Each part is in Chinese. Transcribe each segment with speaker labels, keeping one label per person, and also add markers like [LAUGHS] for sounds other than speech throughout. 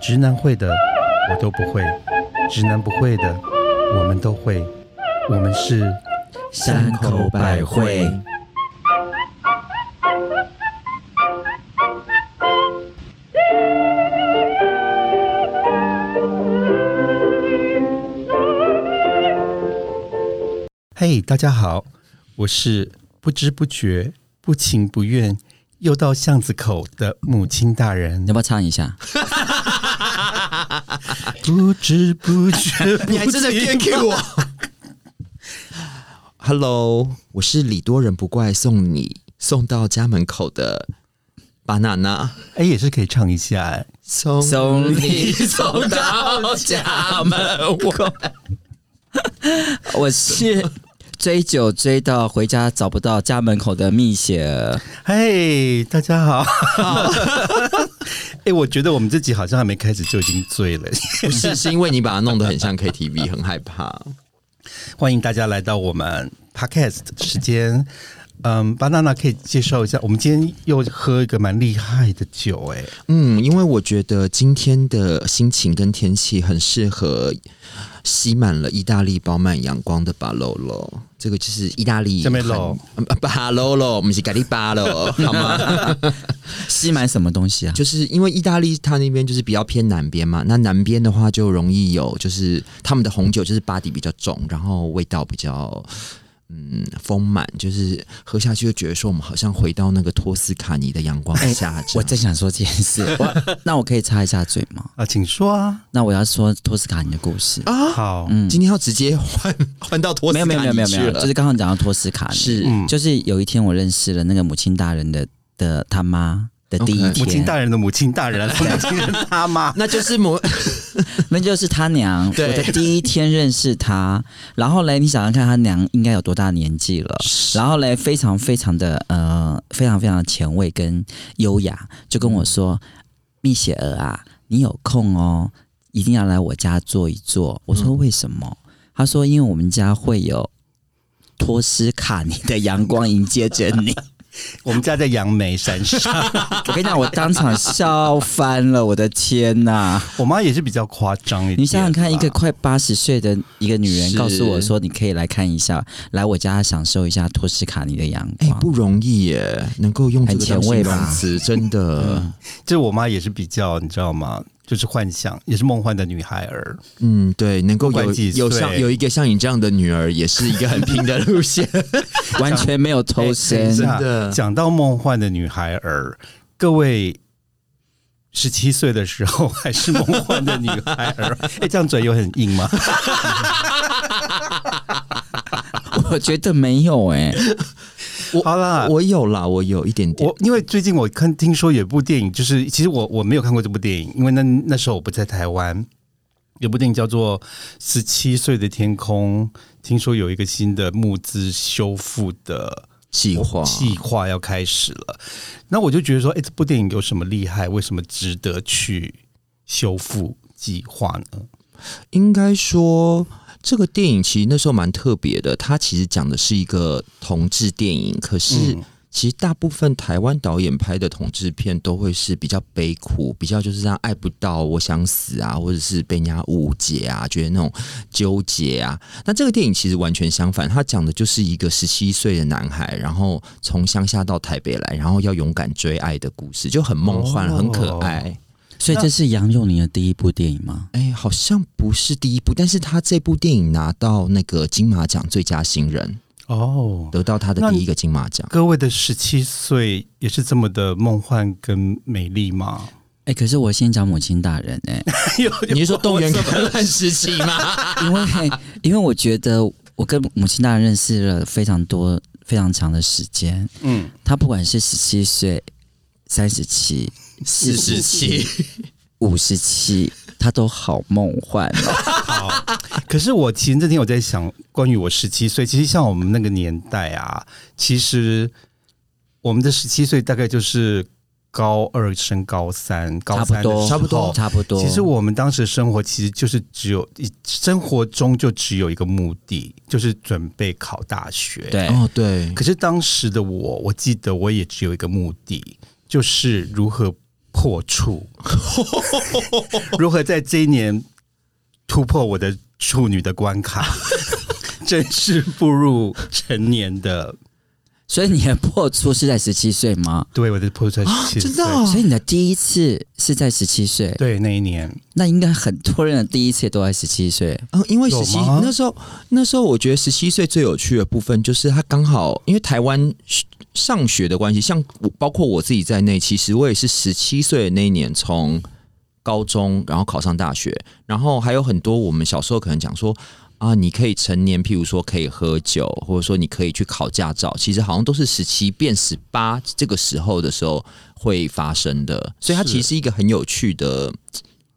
Speaker 1: 直男会的我都不会，直男不会的我们都会，我们是
Speaker 2: 山口百惠。
Speaker 1: 嘿大家好，我是不知不觉、不情不愿又到巷子口的母亲大人
Speaker 2: 你要。不要唱一下？
Speaker 1: [LAUGHS] 不知不觉， [LAUGHS]
Speaker 3: 你还真的 Q Q 我 [LAUGHS] ？Hello，我是礼多人不怪送你送到家门口的巴娜娜，
Speaker 1: 哎，也是可以唱一下哎。
Speaker 3: 送
Speaker 2: 送你送到家门口。 [LAUGHS] 我是追酒追到回家找不到家门口的蜜雪儿，
Speaker 1: 嘿大家好。 [LAUGHS] 哎，我觉得我们这集好像还没开始就已经醉了。
Speaker 3: 不是是因为你把它弄得很像 KTV，很害怕。
Speaker 1: 欢迎大家来到我们 podcast 时间。嗯，巴娜娜可以介绍一下，我们今天又喝一个蛮厉害的酒哎、
Speaker 3: 嗯，因为我觉得今天的心情跟天气很适合吸满了意大利饱满阳光的巴洛洛，这个就是意大利
Speaker 1: 什么洛
Speaker 3: 嗯巴洛洛，不是咖喱巴洛，好吗？
Speaker 2: 吸满什么东西啊？
Speaker 3: 就是因为意大利它那边就是比较偏南边嘛，那南边的话就容易有，就是他们的红酒就是巴底比较重，然后味道比较。嗯，丰满就是喝下去就觉得说我们好像回到那个托斯卡尼的阳光下、这
Speaker 2: 我
Speaker 3: 样
Speaker 2: 正想说这件事，我那我可以插一下嘴吗？
Speaker 1: 啊，请说啊。
Speaker 2: 那我要说托斯卡尼的故事。
Speaker 1: 好，
Speaker 2: 嗯
Speaker 3: 今天要直接换换到托斯
Speaker 2: 没
Speaker 3: 卡
Speaker 2: 有
Speaker 3: 尼
Speaker 2: 没有没有没有没
Speaker 3: 去
Speaker 2: 有，
Speaker 3: 了
Speaker 2: 就是刚刚讲到托斯卡尼，
Speaker 3: 是
Speaker 1: 嗯
Speaker 2: 就是有一天我认识了那个母亲大人的的他妈的第一
Speaker 3: OK
Speaker 2: 天，
Speaker 1: 母亲大人的母亲大
Speaker 2: [LAUGHS]
Speaker 1: 人，啊母亲人他妈。
Speaker 3: 那就是母
Speaker 2: 那就是他娘。我
Speaker 3: 对
Speaker 2: 的第一天认识他， [LAUGHS] 然后嘞，你想想看，他娘应该有多大年纪了？然后嘞，非常非常的呃，非常非常的前卫跟优雅，就跟我说：“蜜雪儿啊，你有空哦，一定要来我家坐一坐。”我说：“为什么？”他说：“因为我们家会有托斯卡尼的阳光迎接着你。”
Speaker 1: 我们家在杨梅山上，
Speaker 2: [LAUGHS] 我跟你讲，我当场笑翻了，我的天呐！
Speaker 1: 我妈也是比较夸张一点。
Speaker 2: 你想想看，一个，快八十岁的一个女人
Speaker 3: 是
Speaker 2: 告诉我说，你可以来看一下，来我家享受一下托斯卡尼的阳
Speaker 3: 哎、
Speaker 2: 光。
Speaker 3: 不容易耶，能够用这个哎当
Speaker 2: 很前卫
Speaker 3: 形
Speaker 2: 吧
Speaker 3: 容词，真的，
Speaker 1: 就是我妈也是比较，你知道吗？就是幻想，也是梦幻的女孩儿。
Speaker 3: 嗯，对，能够
Speaker 1: 不
Speaker 3: 有
Speaker 1: 管几岁
Speaker 3: 有像有一个像你这样的女儿，也是一个很拼的路线，
Speaker 2: [LAUGHS] 完全没有偷生
Speaker 3: 真
Speaker 1: 是。啊
Speaker 3: 的
Speaker 1: 讲到梦幻的女孩儿，各位十七岁的时候还是梦幻的女孩
Speaker 3: [LAUGHS]
Speaker 1: 儿，哎、这样嘴有很硬吗？
Speaker 2: 我觉得没有哎、
Speaker 1: 好啦，
Speaker 3: [LAUGHS] 我有啦，我有一点点。
Speaker 1: 我因为最近我看听说有部电影，就是其实我我没有看过这部电影，因为那那时候我不在台湾。有部电影叫做《十七岁的天空》，听说有一个新的募资修复的
Speaker 3: 计划
Speaker 1: 计划要开始了。那我就觉得说，哎、这部电影有什么厉害？为什么值得去修复计划呢？
Speaker 3: 应该说，这个电影其实那时候蛮特别的，它其实讲的是一个同志电影，可是
Speaker 1: 嗯
Speaker 3: 其实大部分台湾导演拍的同志片都会是比较悲苦，比较就是让爱不到，我想死啊，或者是被人家误解啊，觉得那种纠结啊。那这个电影其实完全相反，它讲的就是一个十七岁的男孩，然后从乡下到台北来，然后要勇敢追爱的故事，就很梦幻，
Speaker 1: 哦
Speaker 3: 很可爱。
Speaker 2: 所以这是杨佑宁的第一部电影吗？
Speaker 3: 哎，好像不是第一部，但是他这部电影拿到那个金马奖最佳新人，
Speaker 1: 哦，
Speaker 3: 得到他的第一个金马奖。
Speaker 1: 各位的十七岁也是这么的梦幻跟美丽吗？
Speaker 2: 哎、可是我先讲母亲大人哎、
Speaker 1: 有
Speaker 3: 你是说动员橄榄时期吗？
Speaker 2: 因为因为我觉得我跟母亲大人认识了非常多非常长的时间，
Speaker 1: 嗯，
Speaker 2: 她不管是十七岁、三十七、四十七、五十七，她都好梦幻哦。
Speaker 1: 啊可是我前这天我在想，关于我十七岁，其实像我们那个年代啊，其实我们的十七岁大概就是高二升高三，高
Speaker 2: 差不
Speaker 1: 三的时候
Speaker 2: 多，差不多。
Speaker 1: 其实我们当时生活其实就是只有生活中就只有一个目的，就是准备考大学。。
Speaker 2: 对，
Speaker 3: 哦，对，
Speaker 1: 可是当时的我，我记得我也只有一个目的，就是如何破
Speaker 3: [LAUGHS]
Speaker 1: 处，如何在这一年突破我的处女的关
Speaker 3: [LAUGHS]
Speaker 1: 卡，正式步入成年的。
Speaker 2: 所以你的破处是在十七岁吗？
Speaker 1: 对，我的破处在十七
Speaker 3: 真
Speaker 1: 岁
Speaker 3: 的，哦
Speaker 2: 所以你的第一次是在十七岁，
Speaker 1: 对那一年，
Speaker 2: 那应该很多人的第一次都在十七岁。
Speaker 3: 嗯，因为
Speaker 1: 有
Speaker 3: 十七
Speaker 1: 吗
Speaker 3: 那时候，那时候我觉得十七岁最有趣的部分就是他刚好因为台湾学上学的关系，像我包括我自己在内，其实我也是十七岁的那一年从高中，然后考上大学，然后还有很多我们小时候可能讲说啊，你可以成年，譬如说可以喝酒，或者说你可以去考驾照，其实好像都是十七变十八这个时候的时候会发生的，所以它
Speaker 1: 是
Speaker 3: 其实是一个很有趣的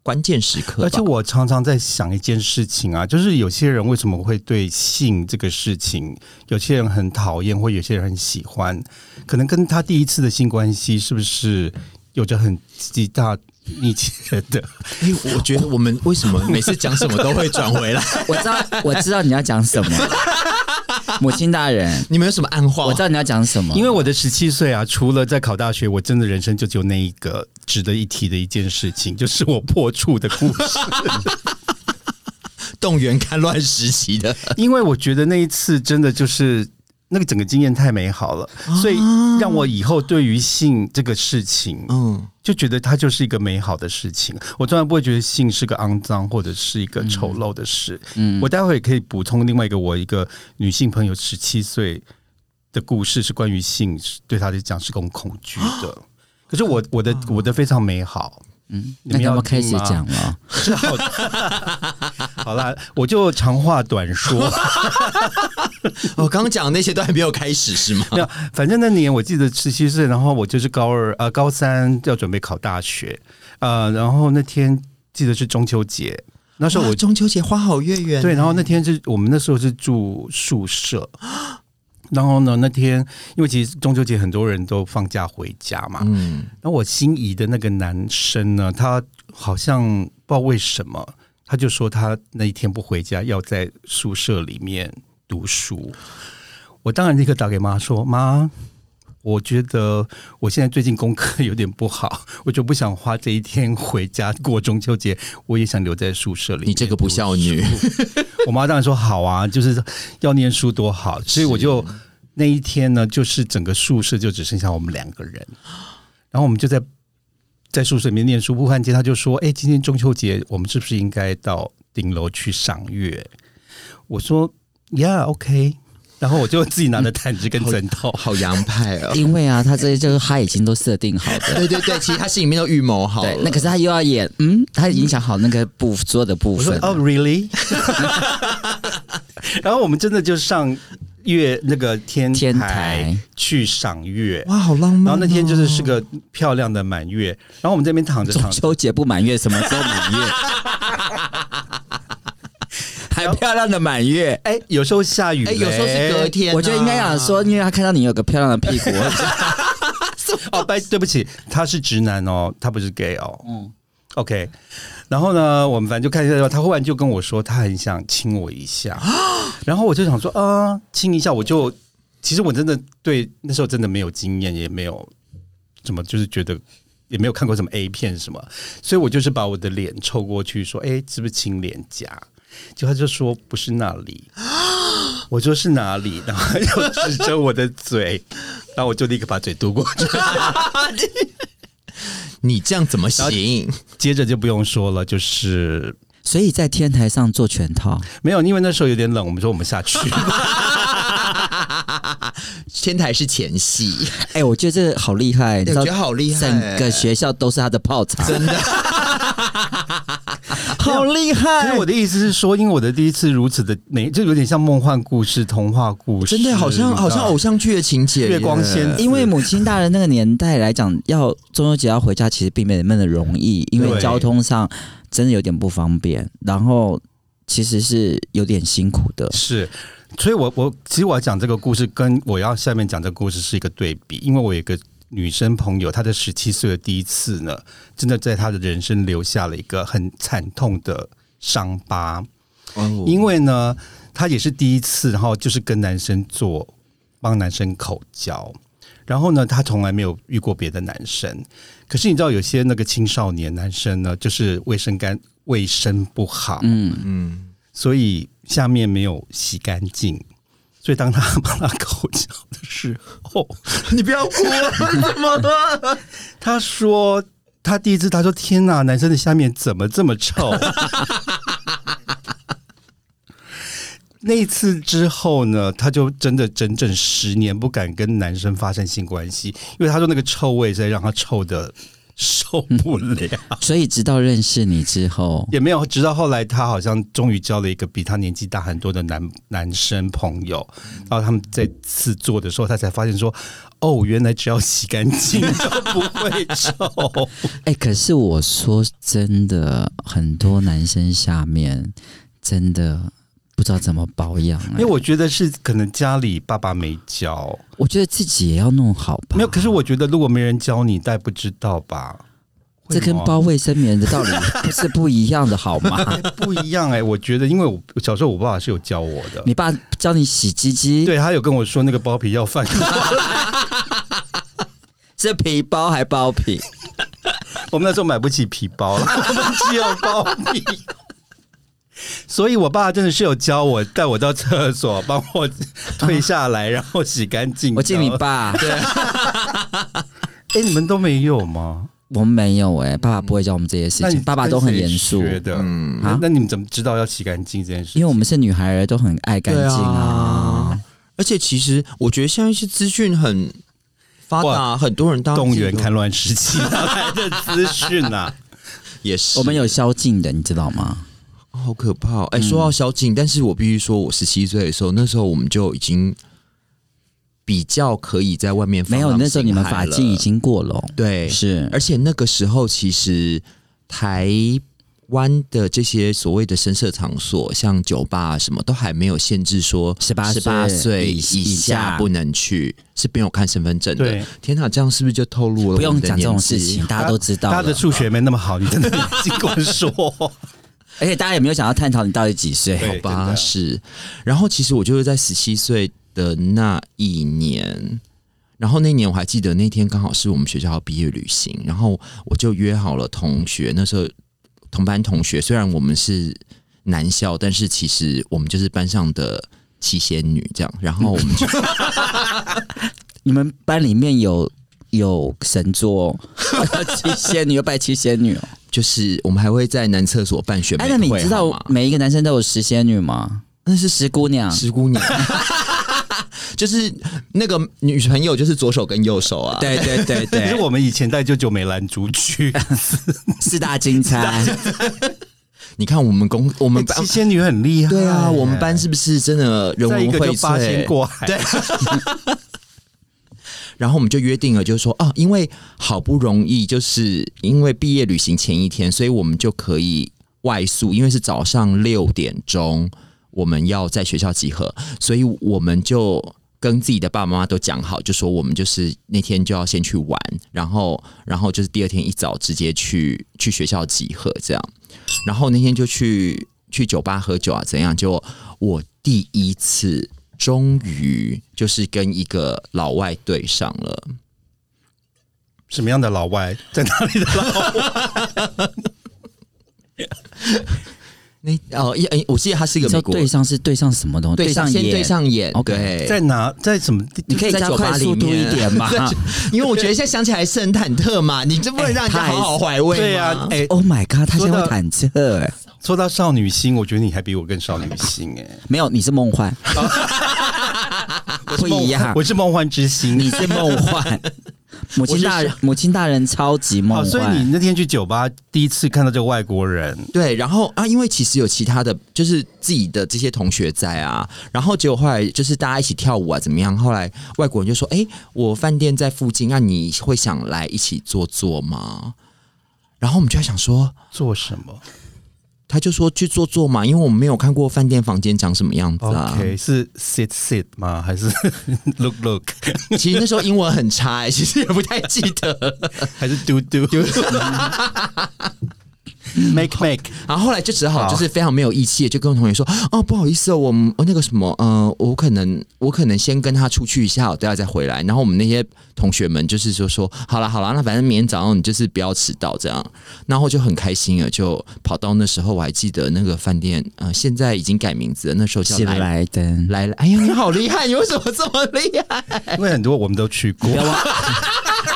Speaker 3: 关键时刻吧，
Speaker 1: 而且我常常在想一件事情啊，就是有些人为什么会对性这个事情，有些人很讨厌，或有些人很喜欢，可能跟他第一次的性关系是不是有着很极大密切的 [LAUGHS]
Speaker 3: 哎、我觉得我们为什么每次讲什么都会转 [LAUGHS] 回来？
Speaker 2: 我知道， [LAUGHS] 我知道你要讲
Speaker 1: [LAUGHS]
Speaker 2: 什么，母亲大人，
Speaker 3: 你们有什么暗话？
Speaker 2: 我知道你要讲什么，
Speaker 1: 哦因为我的十七岁啊，除了在考大学，我真的人生就只有那一个值得一提的一件事情，就是我破处的故 [LAUGHS] 事。
Speaker 3: 动员戡乱时期的，
Speaker 1: 因为我觉得那一次真的就是那个整个经验太美好了，所以让我以后对于性这个事情，
Speaker 3: 嗯，
Speaker 1: 就觉得它就是一个美好的事情。我从来不会觉得性是个肮脏或者是一个丑陋的事。
Speaker 2: 嗯
Speaker 1: 我待会也可以补充另外一个我一个女性朋友十七岁的故事，是关于性是对她来讲是种恐惧
Speaker 2: [GASPS]
Speaker 1: 的。可是我我的我的非常美好，
Speaker 2: 哦嗯，
Speaker 1: 你们
Speaker 2: 那咱
Speaker 1: 要
Speaker 2: 们开始
Speaker 1: 听吗
Speaker 2: 讲了。
Speaker 1: 是好的。好啦，我就长话短
Speaker 2: [LAUGHS]
Speaker 1: 说。
Speaker 3: 我哦刚刚讲的那些都还没有开始是吗？
Speaker 1: 没有，反正那年我记得十七岁，然后我就是高二呃高三要准备考大学，呃，然后那天记得是中秋节，那
Speaker 3: [LAUGHS]
Speaker 1: 时候我
Speaker 3: 哇中秋节花好月圆，
Speaker 1: 对，然后那天是我们那时候是住宿舍，然后呢那天因为其实中秋节很多人都放假回家嘛，
Speaker 3: 嗯，
Speaker 1: 然后我心仪的那个男生呢，他好像不知道为什么，他就说他那一天不回家，要在宿舍里面读书。我当然立刻打给妈说：“妈，我觉得我现在最近功课有点不好，我就不想花这一天回家过中秋节，我也想留在宿舍里。”
Speaker 3: 你这个不孝女，，
Speaker 1: 我妈当然说好啊，就是要念书多好，所以我就那一天呢，就是整个宿舍就只剩下我们两个人，然后我们就在在宿舍里面念书。步汉街他就说：“哎、今天中秋节，我们是不是应该到顶楼去赏月？”我说：“Yeah，OK。”然后我就自己拿着毯子跟枕头
Speaker 3: 好洋派哦。
Speaker 2: 因为啊，他这就是他已经都设定好的，
Speaker 3: 对对对，其实他心里面都预谋好
Speaker 2: 对
Speaker 3: 了，。
Speaker 2: 那可是他又要演，嗯，他已经想好那个部所有的部
Speaker 1: 我说
Speaker 2: 分，
Speaker 3: 啊
Speaker 1: 哦、r e a l l y [LAUGHS] 然后我们真的就上月那个天
Speaker 2: 天
Speaker 1: 台
Speaker 2: 台
Speaker 1: 去赏月，
Speaker 3: 哇，好浪漫哦、
Speaker 1: 然后那天就是是个
Speaker 3: 嗯
Speaker 1: 漂亮的满月，然后我们这边躺着
Speaker 2: 中
Speaker 1: 躺着，
Speaker 2: 秋节不满月，什么时候满月？
Speaker 1: [LAUGHS]
Speaker 2: 还漂亮的满月。
Speaker 1: 哎，有时候下雨
Speaker 3: 哎、
Speaker 1: 嘞，
Speaker 3: 有时候是隔天啊、
Speaker 2: 我觉得应该想说，因为他看到你有个漂亮的
Speaker 3: [LAUGHS]
Speaker 2: 屁股，
Speaker 1: 哦，拜，对不起，他是直男哦，他不是 gay 哦，嗯，OK，然后呢，我们反正就看一下，他忽然就跟我说他很想亲我一下，然后我就想说啊，亲一下，我就其实我真的对那时候真的没有经验，也没有怎么就是觉得。也没有看过什么 A 片什么，所以我就是把我的脸凑过去说：“哎、是不是亲脸颊？”结果他就说：“不是那里。”我说：“是哪里？” [LAUGHS] 然后又指着我的嘴，然后我就立刻把嘴嘟过去。
Speaker 3: 你这样怎么行？
Speaker 1: 接着就不用说了，就是
Speaker 2: 所以在天台上做全
Speaker 3: [LAUGHS]
Speaker 2: 套。
Speaker 1: 没有，因为那时候有点冷，我们说我们下去。
Speaker 3: 天台是前戏，
Speaker 2: 哎、我觉得这个好厉害，你知
Speaker 3: 对
Speaker 2: 道
Speaker 3: 哎我觉得好厉害
Speaker 2: 整个学校都是他的泡茶，真
Speaker 3: [LAUGHS]
Speaker 2: 的， [LAUGHS] 好厉
Speaker 1: 可
Speaker 2: 害
Speaker 1: 是我。的意思是说，因为我的第一次如此的美，就有点像梦幻故事、童话故事，
Speaker 3: 真的好
Speaker 1: 你
Speaker 3: 像
Speaker 1: 知道
Speaker 3: 好像偶像剧的情节耶，
Speaker 1: 月光仙子
Speaker 2: 因为母亲大人那个年代来讲，要中秋节要回家，其实并没有那么容易，因为
Speaker 1: 对
Speaker 2: 交通上真的有点不方便，然后其实是有点辛苦的。
Speaker 1: 是。所以我，我其实我要讲这个故事，跟我要下面讲这个故事是一个对比，因为我有一个女生朋友，她在十七岁的第一次呢，真的在她的人生留下了一个很惨痛的伤疤。
Speaker 3: 哦
Speaker 1: 因为呢，她也是第一次，然后就是跟男生做帮男生口交，然后呢，他从来没有遇过别的男生。可是你知道，有些那个青少年男生呢，就是卫生干卫生不好，
Speaker 2: 嗯，
Speaker 3: 嗯，
Speaker 1: 所以下面没有洗干净。所以当他帮他口交的时候，
Speaker 3: [LAUGHS] 你不要哭了，怎么了？
Speaker 1: [LAUGHS] 他说他第一次他说天哪，男生的下面怎么这么臭？那一次之后呢，他就真的整整十年不敢跟男生发生性关系，因为他说那个臭味实在让他臭的受不了。
Speaker 2: [LAUGHS] 所以直到认识你之后，
Speaker 1: 也没有，直到后来他好像终于交了一个比他年纪大很多的男男生朋友，然后他们在次做的时候，他才发现说，哦，原来只要洗干净就不会臭。
Speaker 2: [LAUGHS] 哎、可是我说真的，很多男生下面真的不知道怎么保养、哎
Speaker 1: 因为我觉得是可能家里爸爸没教，
Speaker 2: 我觉得自己也要弄好吧。
Speaker 1: 没有。可是我觉得如果没人教你，大家不知道吧？
Speaker 2: 这跟
Speaker 1: 会吗
Speaker 2: 包卫生棉的道理不是不一样的，好吗？
Speaker 1: 不一样哎、我觉得，因为我我小时候我爸爸是有教我的，
Speaker 2: 你爸教你洗鸡鸡，
Speaker 1: 对他有跟我说那个包皮要放， [LAUGHS]
Speaker 2: 是皮包还包皮？
Speaker 1: 我们那时候买不起皮包
Speaker 2: [LAUGHS]
Speaker 1: 了，我们只有包皮。所以，我爸真的是有教我，带我到厕所，帮我退下来，然后洗干净。
Speaker 2: [LAUGHS] 我敬你
Speaker 1: 然后！
Speaker 2: 爸，
Speaker 1: 啊哎、你们都没有吗？
Speaker 2: 我们没有哎、爸爸不会教我们这些事
Speaker 1: 那你
Speaker 2: 情，爸爸都很严肃，
Speaker 1: 跟谁学的。
Speaker 3: 嗯
Speaker 1: 那
Speaker 2: 啊
Speaker 1: 那你们怎么知道要洗干净这件事？
Speaker 2: 因为我们是女孩儿，都很爱干净啊。
Speaker 3: 啊。而且其实我觉得现在是资讯很发达，很多人当
Speaker 1: 动员
Speaker 3: 看
Speaker 1: 看乱时期哪来的资讯啊？
Speaker 2: [LAUGHS]
Speaker 3: 也是，
Speaker 2: 我们有嗯宵禁的，你知道吗？
Speaker 3: 好可怕、哦！哎、说到宵禁，但是我必须说，我十七岁的时候，那时候我们就已经比较可以在外面放
Speaker 2: 没有，
Speaker 3: 浪
Speaker 2: 那时候你们
Speaker 3: 形骸
Speaker 2: 法
Speaker 3: 了
Speaker 2: 禁已经过了哦，
Speaker 3: 对，
Speaker 2: 是
Speaker 3: 而且那个时候其实台湾的这些所谓的声色场所，像酒吧啊什么，都还没有限制说
Speaker 2: 18
Speaker 3: 十八岁
Speaker 2: 以
Speaker 3: 以
Speaker 2: 以
Speaker 3: 下
Speaker 2: 下
Speaker 3: 不能去，是没有看身份证的
Speaker 1: 对。
Speaker 3: 天哪，这样是不是就透露了
Speaker 2: 不用
Speaker 3: 我们的
Speaker 2: 讲这种
Speaker 3: 年纪
Speaker 2: 事情，大家都知道
Speaker 1: 他
Speaker 2: 了
Speaker 1: 的数学没那么好，你真的尽管说。
Speaker 2: 而且大家也没有想要探讨你到底几岁，
Speaker 1: 对
Speaker 3: 好
Speaker 1: 真的
Speaker 3: 吧，是。然后其实我就是在十七岁的那一年，然后那年我还记得那天刚好是我们学校的毕业旅行，然后我就约好了同学，那时候同班同学，虽然我们是男校，但是其实我们就是班上的七仙女这样，然后我们就
Speaker 2: 你们班里面有有神作、哦七仙女，又拜七仙女、哦。
Speaker 3: 就是我们还会在男厕所办选美
Speaker 2: 哎，
Speaker 3: 会，
Speaker 2: 那你知
Speaker 3: 好
Speaker 2: 道
Speaker 3: 吗
Speaker 2: 每一个男生都有十仙女吗？那是十姑娘。
Speaker 3: 石姑娘。 [LAUGHS] 就是那个女朋友，就是左手跟右手啊，
Speaker 2: 对对对
Speaker 1: [LAUGHS] 可是
Speaker 2: 对，
Speaker 1: 我们以前带舅舅梅兰竹去，
Speaker 2: 四大金钗。
Speaker 3: 你看我们公我们
Speaker 2: 哎
Speaker 1: [LAUGHS]
Speaker 3: 班
Speaker 1: 七仙女很厉害。
Speaker 3: 对啊，我们班是不是真的人
Speaker 1: 哎再一
Speaker 3: 文
Speaker 1: 个
Speaker 3: 荟
Speaker 1: 就八仙
Speaker 3: 萃？
Speaker 1: 过海。对，
Speaker 3: 然后我们就约定了，就是说啊，因为好不容易，就是因为毕业旅行前一天，所以我们就可以外宿，因为是早上六点钟我们要在学校集合，所以我们就跟自己的爸爸妈妈都讲好，就说我们就是那天就要先去玩，然后然后就是第二天一早直接去去学校集合这样。然后那天就去去酒吧喝酒啊，怎样？就我第一次，终于就是跟一个老外对上了。
Speaker 1: [LAUGHS] 什么样的老外在哪里的老外？
Speaker 3: 那哦，一、哎我记得他是一
Speaker 2: 你
Speaker 3: 个
Speaker 2: 知道
Speaker 3: 美国
Speaker 2: 对
Speaker 3: 人，
Speaker 2: 上是对上什么东西？
Speaker 3: 对
Speaker 2: 上
Speaker 3: 先对
Speaker 2: 眼。
Speaker 3: 上眼，
Speaker 2: OK
Speaker 3: 对，
Speaker 1: 在哪？在什么地？
Speaker 2: 你可以
Speaker 3: 在
Speaker 2: 加
Speaker 3: 酒吧
Speaker 2: 快速
Speaker 3: 里
Speaker 2: 度一
Speaker 3: 面
Speaker 2: 点嘛
Speaker 3: 因为我觉得现在想起来是很忐忑嘛，你这不能让人家
Speaker 2: 哎他
Speaker 3: 好好怀味
Speaker 1: 对啊
Speaker 3: 吗，
Speaker 1: 哎、
Speaker 2: ？Oh my god！他
Speaker 1: 说
Speaker 2: 现在
Speaker 1: 到
Speaker 2: 会忐忑、哎
Speaker 1: 说到少女心，我觉得你还比我更少女心哎、
Speaker 2: 没有，你是梦幻，不一样
Speaker 1: 我，是梦幻之星。
Speaker 2: 你是梦幻。母亲大人，母亲大人超级梦
Speaker 1: 好，
Speaker 2: 幻。
Speaker 1: 所以你那天去酒吧第一次看到这个外国人，
Speaker 3: 对，然后啊，因为其实有其他的，就是自己的这些同学在啊，然后结果后来就是大家一起跳舞啊，怎么样？后来外国人就说：“哎，我饭店在附近，那你会想来一起坐坐吗？”然后我们就在想说，
Speaker 1: 做什么、
Speaker 3: 他就说去坐坐嘛，因为我们没有看过饭店房间长什么样子
Speaker 1: o
Speaker 3: 啊。
Speaker 1: k 是 sit sit 吗？还是 [LAUGHS] look look？
Speaker 3: [LAUGHS] 其实那时候英文很差、欸哎其实也不太记得。
Speaker 1: 还是 do do？ [LAUGHS] make make，
Speaker 3: 然后后来就只好
Speaker 1: 好
Speaker 3: 就是非常没有义气，就跟同学说：“哦，不好意思哦，我们我那个什么，呃，我可能我可能先跟他出去一下，我待会再回来。”然后我们那些同学们就是说说：“好啦好啦，那反正明天早上你就是不要迟到这样。”然后就很开心了，就跑到那时候我还记得那个饭店，呃，现在已经改名字了，那时候叫
Speaker 2: 喜
Speaker 3: 来
Speaker 2: 来登。
Speaker 3: 来了。哎呀，你好厉害，你为什么这么厉害？
Speaker 1: 因为很多我们都去过
Speaker 2: 不。要忘，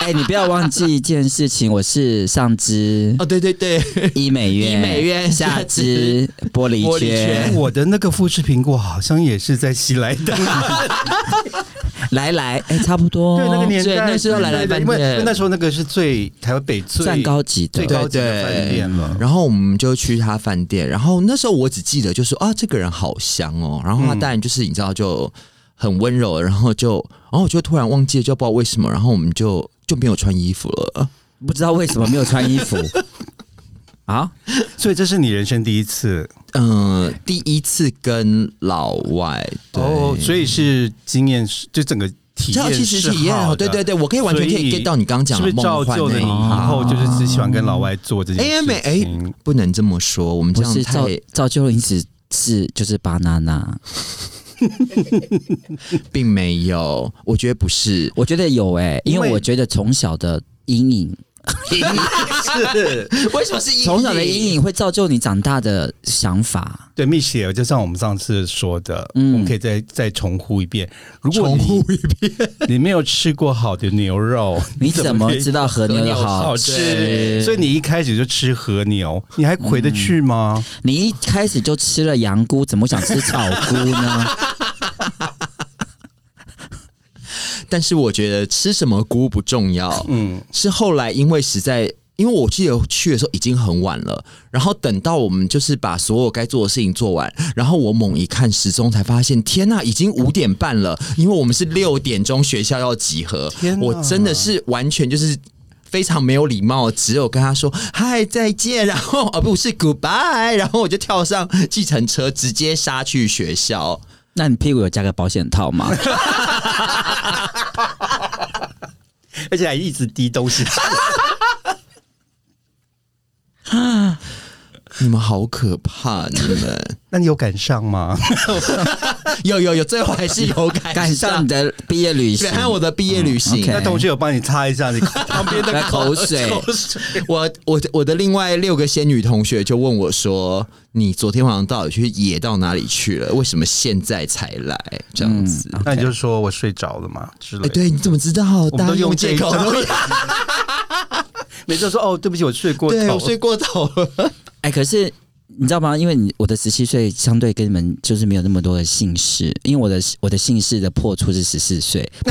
Speaker 2: 哎、你不要忘记一件事情，我是上肢
Speaker 3: 哦，对对对，
Speaker 2: 医美院，
Speaker 3: 医美院
Speaker 2: 下肢玻璃
Speaker 3: 玻璃圈
Speaker 1: [LAUGHS] 我的那个富士苹果好像也是在西来的，
Speaker 3: [LAUGHS]
Speaker 2: 来来，哎、差不多，
Speaker 1: 对那个年
Speaker 3: 哦对
Speaker 1: 代，
Speaker 3: 那时候来来
Speaker 1: 对对对
Speaker 3: 饭
Speaker 1: 因
Speaker 3: 店
Speaker 1: 为那时候那个是最台北最
Speaker 2: 算高级的
Speaker 1: 最，高级的
Speaker 3: 对对
Speaker 1: 饭店了。
Speaker 3: 然后我们就去他饭店，然后那时候我只记得就是啊，这个人好香哦。然后他当然就是你知道就很温柔，然后就然后我就突然忘记了，就不知道为什么，然后我们就就没有穿衣服了。
Speaker 2: 不知道为什么没有
Speaker 1: [LAUGHS]
Speaker 2: 穿衣服。啊，
Speaker 1: 所以这是你人生第一次
Speaker 3: 嗯、第一次跟老外对
Speaker 1: 哦，所以是经验是就整个体
Speaker 3: 这样
Speaker 1: 验
Speaker 3: 其实
Speaker 1: 是
Speaker 3: 是一样
Speaker 1: 好
Speaker 3: 的，
Speaker 1: 的
Speaker 3: 对对对，我可以完全可以
Speaker 1: 所以
Speaker 3: get 到你刚刚讲
Speaker 1: 是不
Speaker 3: 的
Speaker 1: 是造
Speaker 3: 梦幻
Speaker 1: 就了
Speaker 3: 那
Speaker 1: 你以
Speaker 3: 一趴
Speaker 1: 后就是只喜欢跟老外做这件事情？
Speaker 3: 哎没不能这么说，我们这
Speaker 2: 不
Speaker 3: 样
Speaker 2: 是
Speaker 3: 太
Speaker 2: 造造就了你只是就是巴娜娜，。
Speaker 3: 并没有，我觉得不是
Speaker 2: 我觉得有哎、因
Speaker 1: 因
Speaker 2: 为
Speaker 1: 为
Speaker 2: 我觉得从小的阴影，
Speaker 1: 是
Speaker 3: [LAUGHS] 为什么是
Speaker 2: 从小的阴
Speaker 3: 影？
Speaker 2: 影会造就你长大的想法。
Speaker 1: 对蜜雪，就像我们上次说的，
Speaker 2: 嗯
Speaker 1: 我们可以再再重复一遍。如果
Speaker 3: 重复
Speaker 1: 一遍，你没有吃过好的牛
Speaker 3: [LAUGHS]
Speaker 1: 肉，
Speaker 2: 你怎么
Speaker 1: 可以
Speaker 2: 知道和牛的好
Speaker 1: 好
Speaker 2: 吃？
Speaker 1: 吃？所以你一开始就吃和牛，你还回得去吗？
Speaker 2: 你一开始就吃了羊菇，怎么想吃草菇呢？
Speaker 3: 但是我觉得吃什么菇不重要，
Speaker 1: 嗯，
Speaker 3: 是后来因为实在，因为我记得去的时候已经很晚了，然后等到我们就是把所有该做的事情做完，然后我猛一看时钟，才发现天呐、已经五点半了，因为我们是六点钟学校要集合，
Speaker 1: 天哪
Speaker 3: 我真的是完全就是。非常没有礼貌，只有跟他说“嗨，再见”，然后而、不是 “goodbye”，然后我就跳上计程车，直接杀去学校。
Speaker 2: 那你屁股有加个保险套吗？
Speaker 1: 而且还一直滴东西。
Speaker 3: 你们好可怕！你们
Speaker 1: 那你有赶上吗？
Speaker 3: 有有有，最后还是有赶
Speaker 2: 赶上你的毕业旅行
Speaker 3: 对，，还有我的毕业旅行。
Speaker 2: OK
Speaker 1: 那同学有帮你擦一下你旁边的
Speaker 2: 口水
Speaker 1: 口水
Speaker 3: 我我我的另外六个仙女同学就问我说：“你昨天晚上到底去野到哪里去了？为什么现在才来？”这样子。
Speaker 1: 那你就说我睡着了嘛之类
Speaker 3: 哎、
Speaker 1: 的。
Speaker 3: 对，你怎么知道？
Speaker 1: 我们
Speaker 3: 大家
Speaker 1: 都用这
Speaker 3: 借
Speaker 1: 一
Speaker 3: 口
Speaker 1: 招
Speaker 3: 都有，
Speaker 1: [LAUGHS] 每次都说哦，对不起，我睡过
Speaker 3: 对
Speaker 1: 头
Speaker 3: 我。睡过头了。
Speaker 2: 哎、可是你知道吗？因为你我的十七岁相对跟你们就是没有那么多的姓氏，因为我的我的姓氏的破处是十四岁，不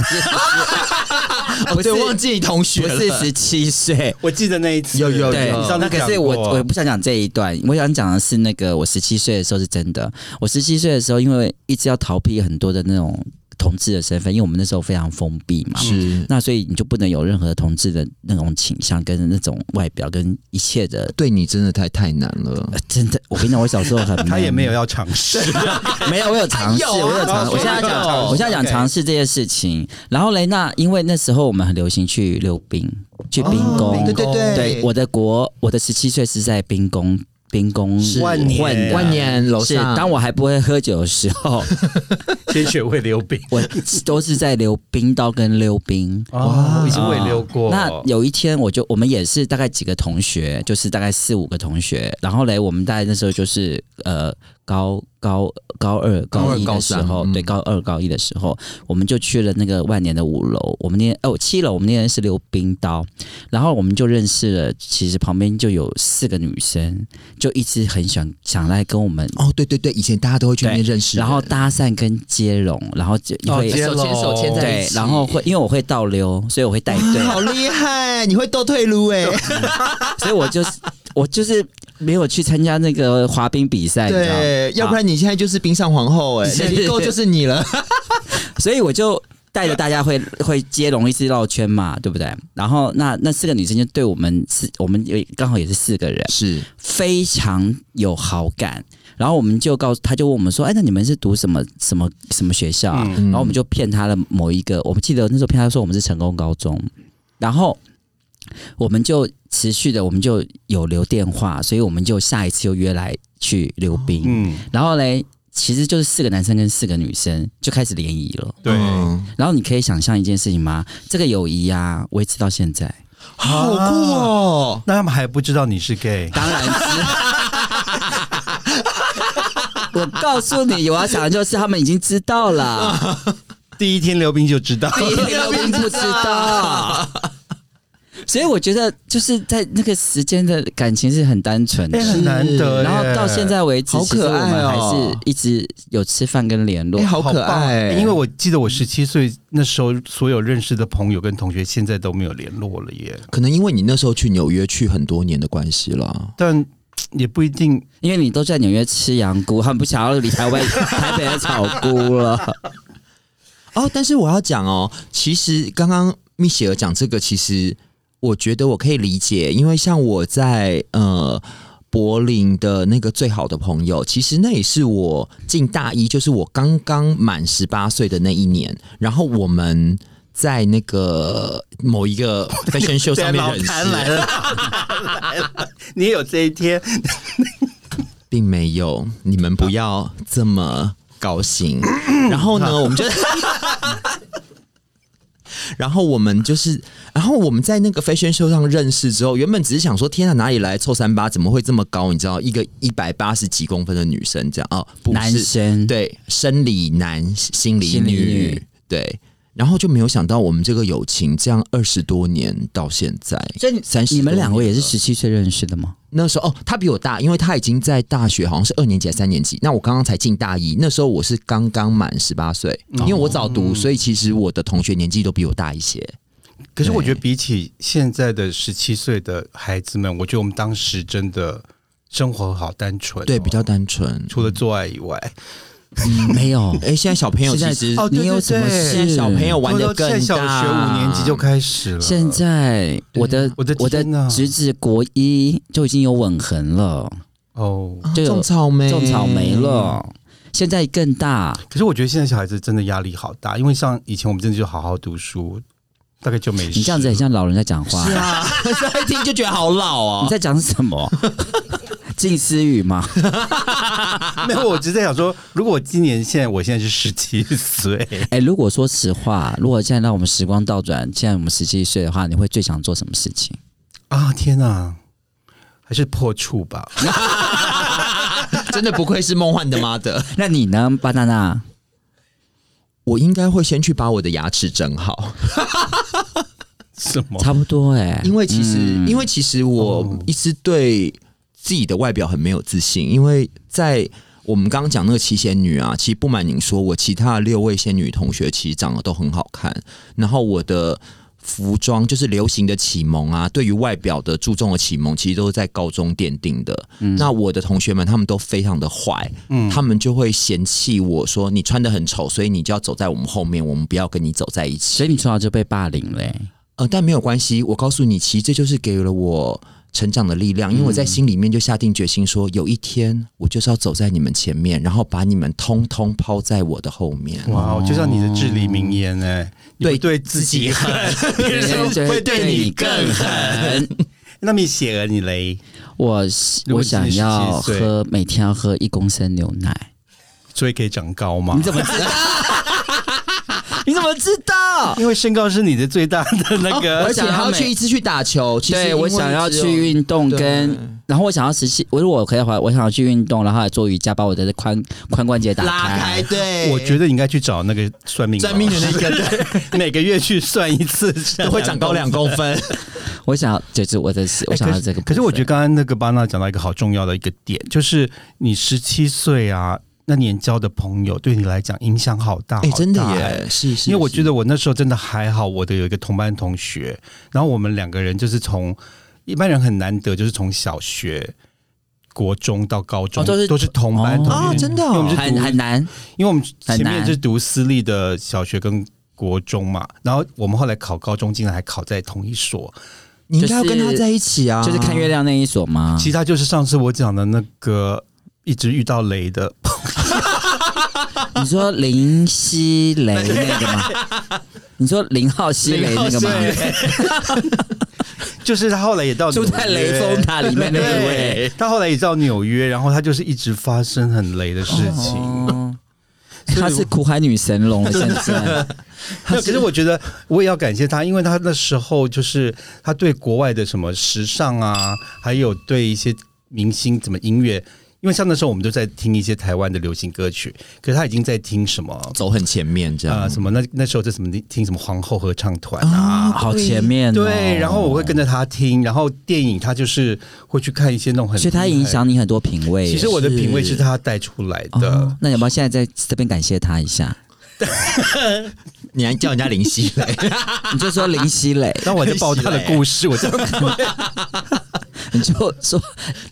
Speaker 3: 哦
Speaker 2: 是
Speaker 3: 对，忘记你同学
Speaker 2: 不是
Speaker 3: 了。
Speaker 2: 十七岁。
Speaker 1: 我记得那一次
Speaker 3: 有有
Speaker 2: 对
Speaker 3: 有
Speaker 1: 你上，次
Speaker 2: 哦那可是我
Speaker 1: 讲过
Speaker 2: 我不想讲这一段，我想讲的是那个我十七岁的时候是真的。我十七岁的时候，因为一直要逃避很多的那种同志的身份，因为我们那时候非常封闭嘛，
Speaker 3: 是
Speaker 2: 那所以你就不能有任何同志的那种倾向跟那种外表跟一切的。
Speaker 3: 对你真的太太难了
Speaker 2: 呃。真的，我跟你讲，我小时候很
Speaker 1: [LAUGHS] 他也没有
Speaker 2: 闷
Speaker 1: 要尝试，
Speaker 2: [LAUGHS] 没有，我有尝试，
Speaker 3: 有啊
Speaker 2: 我有尝，
Speaker 1: 哦
Speaker 2: 我现
Speaker 1: 有
Speaker 2: 在讲，
Speaker 1: 有
Speaker 2: 我现在讲
Speaker 1: OK
Speaker 2: 尝试这件事情。然后嘞，那因为那时候我们很流行去溜冰，去冰宫，
Speaker 1: 哦
Speaker 3: 对对对，
Speaker 2: 对，我的国，我的十七岁是在冰宫，冰宫
Speaker 3: 是
Speaker 1: 万年
Speaker 2: 混的
Speaker 3: 万年楼
Speaker 2: 是
Speaker 3: 上，
Speaker 2: 当我还不会喝酒的时候，
Speaker 1: 先学会溜冰。
Speaker 2: 我 [LAUGHS] 都是在溜冰刀跟溜冰。
Speaker 1: 哇，以前我也溜过。
Speaker 2: 那有一天，我就我们也是大概几个同学，就是大概四五个同学，然后嘞，我们大概那时候就是呃高高高二高一的时候，
Speaker 3: 高二高三
Speaker 2: 对
Speaker 3: 嗯
Speaker 2: 高二高一的时候，我们就去了那个万年的五楼，我们那天哦七楼，我们那天是溜冰刀，然后我们就认识了，其实旁边就有四个女生，就一直很想想来跟我们。
Speaker 3: 哦，对对对，以前大家都会去那边认识人，
Speaker 2: 然后哦搭讪跟接龙，然后就
Speaker 1: 哦
Speaker 2: 会、
Speaker 1: 接
Speaker 3: 手牵手牵在一
Speaker 2: 对
Speaker 3: 起，，
Speaker 2: 然后会因为我会倒溜，所以我会带 [LAUGHS] 队。
Speaker 3: [LAUGHS] 好厉害，你会斗退路 [LAUGHS] 哎、
Speaker 2: 所以我就是我就是没有去参加那个滑冰比赛，你知道吗
Speaker 3: 对，要不然你现在就是冰上皇后哎、
Speaker 2: 是
Speaker 3: 欸，够就是你了。
Speaker 2: 所以我就带着大家会会接龙一次绕圈嘛，对不对？然后那那四个女生就对我们四，我们也刚好也是四个人，
Speaker 3: [LAUGHS] 是
Speaker 2: 非常有好感。然后我们就告诉，他就问我们说：“哎，那你们是读什么什么什么学校啊？”
Speaker 1: 嗯
Speaker 2: 然后我们就骗他的某一个，我们记得那时候骗他说我们是成功高中，然后我们就持续的我们就有留电话，所以我们就下一次又约来去溜冰。
Speaker 1: 嗯，
Speaker 2: 然后嘞，其实就是四个男生跟四个女生就开始联谊了。
Speaker 1: 对，
Speaker 3: 嗯
Speaker 2: 然后你可以想象一件事情吗？这个友谊啊，维持到现在，
Speaker 3: 好酷哦！
Speaker 1: 那他们还不知道你是
Speaker 2: [LAUGHS]
Speaker 1: gay，
Speaker 2: 当然知。我告诉你，我要讲的就是他们已经知道
Speaker 3: [LAUGHS]
Speaker 2: 了，
Speaker 1: 第一天溜冰就知道。 [LAUGHS]
Speaker 2: 第一天都不知道。所以我觉得就是在那个时间的感情是很单纯的
Speaker 1: 哎、，很难得耶。
Speaker 2: 然后到现在为止，
Speaker 3: 好
Speaker 2: 其实
Speaker 3: 可
Speaker 2: 我
Speaker 3: 爱
Speaker 2: 们还
Speaker 3: 哦
Speaker 2: 是一直有吃饭跟联络
Speaker 3: [LAUGHS] 哎，。好可
Speaker 1: 棒啊
Speaker 3: 爱，
Speaker 1: 因为我记得我十七岁那时候，所有认识的朋友跟同学现在都没有联络了耶。
Speaker 3: 可能因为你那时候去纽约去很多年的关系了。
Speaker 1: 但也不一定，
Speaker 2: 因为你都在纽约吃羊菇，他们不想要理
Speaker 3: [LAUGHS]
Speaker 2: 台湾台北的草菇了。
Speaker 3: 哦，但是我要讲哦，其实刚刚蜜雪儿讲这个，其实我觉得我可以理解，因为像我在呃。柏林的那个最好的朋友，其实那也是我进大一，就是我刚刚满十八岁的那一年。然后我们在那个某一个 fashion show 上面认识，
Speaker 1: 了，来 [LAUGHS] 了，你也有这一天。
Speaker 3: 并没有。你们不要这么
Speaker 2: [LAUGHS]
Speaker 3: 高兴。然后呢，我们就。 [LAUGHS] 然后我们就是，然后我们在那个 fashion show 上认识之后，原本只是想说，天啊，哪里来臭三八，怎么会这么高？你知道，一个一百八十几公分的女生这样哦，不
Speaker 2: 男
Speaker 3: 是
Speaker 2: 生，
Speaker 3: 对，生理男，心理
Speaker 2: 心理
Speaker 3: 女，
Speaker 2: 女
Speaker 3: 对。然后就没有想到，我们这个友情这样二十多年到现在，
Speaker 2: 所以
Speaker 3: 30
Speaker 2: 你们两位也是
Speaker 3: 多年了
Speaker 2: 十七岁认识的吗？
Speaker 3: 那时候哦，他比我大，因为他已经在大学好像是二年级还是三年级。那我刚刚才进大一，那时候我是刚刚满十八岁，因为我早读，所以其实我的同学年纪都比我大一些。
Speaker 1: 可是我觉得比起现在的十七岁的孩子们，我觉得我们当时真的生活好单纯哦、
Speaker 3: 对，比较单纯。
Speaker 1: 除了做爱以外，
Speaker 2: 没有，
Speaker 3: 哎、现在 [LAUGHS] 小朋友其实
Speaker 1: 在哦对对
Speaker 2: 你有什么
Speaker 1: 对
Speaker 2: 事？
Speaker 3: 现在小朋友玩的
Speaker 1: 我都
Speaker 3: 更大，
Speaker 1: 在小学五年级就开始了。
Speaker 2: 现在
Speaker 3: 对啊
Speaker 2: 我的
Speaker 1: 我的
Speaker 2: 我的
Speaker 1: 天哪
Speaker 2: 侄子国一就已经有吻痕了，
Speaker 1: 哦，
Speaker 3: 啊
Speaker 2: 就有
Speaker 3: 种草莓，
Speaker 2: 种草莓。了，现在更大。
Speaker 1: 可是我觉得现在小孩子真的压力好大，因为像以前我们真的就好好读书，大概就没事。
Speaker 2: 你这样子很像老人在讲话
Speaker 3: 是，啊， [LAUGHS] 一听就觉得好老
Speaker 2: 你
Speaker 3: 哦。
Speaker 2: 在讲什么？ [LAUGHS] 近思语吗？
Speaker 1: [LAUGHS] 没有，我只是在想说，如果我今年现在我现在是十七岁，
Speaker 2: 哎、如果说实话，如果现在让我们时光倒转，现在我们十七岁的话，你会最想做什么事情？
Speaker 1: 啊，天哪，还是破处吧？
Speaker 3: [LAUGHS] 真的不愧是梦幻的妈的。
Speaker 2: 那你呢，巴娜娜？
Speaker 3: 我应该会先去把我的牙齿整好，
Speaker 1: 什么？
Speaker 2: 差不多哎、
Speaker 3: 因为其实、
Speaker 2: 嗯
Speaker 3: 因为其实我
Speaker 1: 哦
Speaker 3: 一直对自己的外表很没有自信，因为在。我们刚刚讲那个七仙女啊，其实不瞒您说，我其他的六位仙女同学其实长得都很好看，然后我的服装就是流行的启蒙啊，对于外表的注重的启蒙，其实都是在高中奠定的。那我的同学们他们都非常的坏，
Speaker 1: 嗯
Speaker 3: 他们就会嫌弃我说你穿的很丑，所以你就要走在我们后面，我们不要跟你走在一起
Speaker 2: 所。以你从小就被霸凌嘞、
Speaker 3: 呃，但没有关系，我告诉你，其实这就是给了我成长的力量，因为我在心里面就下定决心说，有一天我就是要走在你们前面，然后把你们通通抛在我的后面。
Speaker 1: 哇哦，就像你的至理名言哎、你
Speaker 3: 对
Speaker 1: 会对自己狠，别 [LAUGHS] 人
Speaker 2: 就
Speaker 1: 会对你更狠。
Speaker 2: 狠。
Speaker 1: 那么写了你嘞，
Speaker 2: [LAUGHS] 我是
Speaker 1: 如
Speaker 2: 我
Speaker 1: 果今
Speaker 2: 想
Speaker 1: 年
Speaker 2: 要
Speaker 1: 17岁
Speaker 2: 喝，每天要喝一公升牛奶。
Speaker 1: 所以可以长高吗
Speaker 2: 你？怎么知道？你怎么知道？
Speaker 1: 因为身高是你的最大的那个，
Speaker 3: 而且还要
Speaker 2: 每
Speaker 3: 去一次去打球，其实
Speaker 2: 对
Speaker 3: 因为
Speaker 2: 我想要
Speaker 3: 只有
Speaker 2: 去运动
Speaker 3: 对
Speaker 2: 跟，然后我想要十七，我如果可以的话，我想要去运动，然后来做瑜伽，把我的髋髋关节打
Speaker 3: 拉开，对，
Speaker 1: 我觉得你应该去找那个算命老师
Speaker 3: 算命的那
Speaker 1: [LAUGHS]
Speaker 3: 个对
Speaker 1: 每个月去算一次，
Speaker 3: [LAUGHS] 都会长高两公分。
Speaker 2: 我想要就是我的，我想要这个
Speaker 1: 哎可是。可是我觉得
Speaker 2: 得，
Speaker 1: 刚刚那个巴娜讲到一个好重要的一个点，就是你十七岁啊，那年交的朋友对你来讲影响好大，
Speaker 3: 哎、
Speaker 1: 好大
Speaker 3: 真的
Speaker 1: 哎。
Speaker 3: 耶，是是，
Speaker 1: 因为我觉
Speaker 3: 得
Speaker 1: 得我那时候真的还好，我的有一个同班同学，然后我们两个人就是从一般人很难得，就是从小学、国中到高中、
Speaker 2: 哦都是
Speaker 1: 同班同学，
Speaker 3: 啊，真的
Speaker 1: 因为我
Speaker 3: 哦、
Speaker 1: 们是
Speaker 2: 很
Speaker 1: 读
Speaker 2: 很难，
Speaker 1: 因为我们前
Speaker 2: 很
Speaker 1: 面
Speaker 2: 难
Speaker 1: 是读私立的小学跟国中嘛，然后我们后来考高中，竟然还考在同一所。
Speaker 3: 你应该要跟他
Speaker 2: 就是
Speaker 3: 在一起啊，
Speaker 2: 就是看月亮那一所吗？
Speaker 1: 其他就是上次我讲的那个一直遇到雷的，
Speaker 2: 你说林熙蕾
Speaker 1: [LAUGHS]
Speaker 2: 那个吗？你说林浩熙蕾那个吗？
Speaker 1: 对 [LAUGHS] 就是他后来也到
Speaker 2: 住在
Speaker 1: 纽约
Speaker 2: 雷峰塔里面那一位
Speaker 1: 对，他后来也到纽约，然后他就是一直发生很雷的事情。
Speaker 2: 哦，她是苦海女神龙了，
Speaker 1: [LAUGHS]
Speaker 2: 现在
Speaker 1: 没有，可是我觉得我也要感谢他，因为他那时候就是他对国外的什么时尚啊，还有对一些明星怎么音乐，因为像那时候我们都在听一些台湾的流行歌曲，可是他已经在听什么
Speaker 3: 走很前面这样。
Speaker 1: 呃什么那那时候在什么听什么皇后合唱团啊。
Speaker 2: 好前面、哦，
Speaker 1: 对，然后我会跟着他听，然后电影他就是会去看一些那种很，
Speaker 2: 所以他影。响你很多品味。
Speaker 1: 其实我的品味是他带出来的，
Speaker 2: 哦，那你要不要现在在这边感谢他一下？
Speaker 3: 你还叫人家林熙蕾，
Speaker 2: 你就说林熙蕾，
Speaker 1: 但我在报他的故事，
Speaker 2: [LAUGHS]
Speaker 1: 我在
Speaker 2: 你就说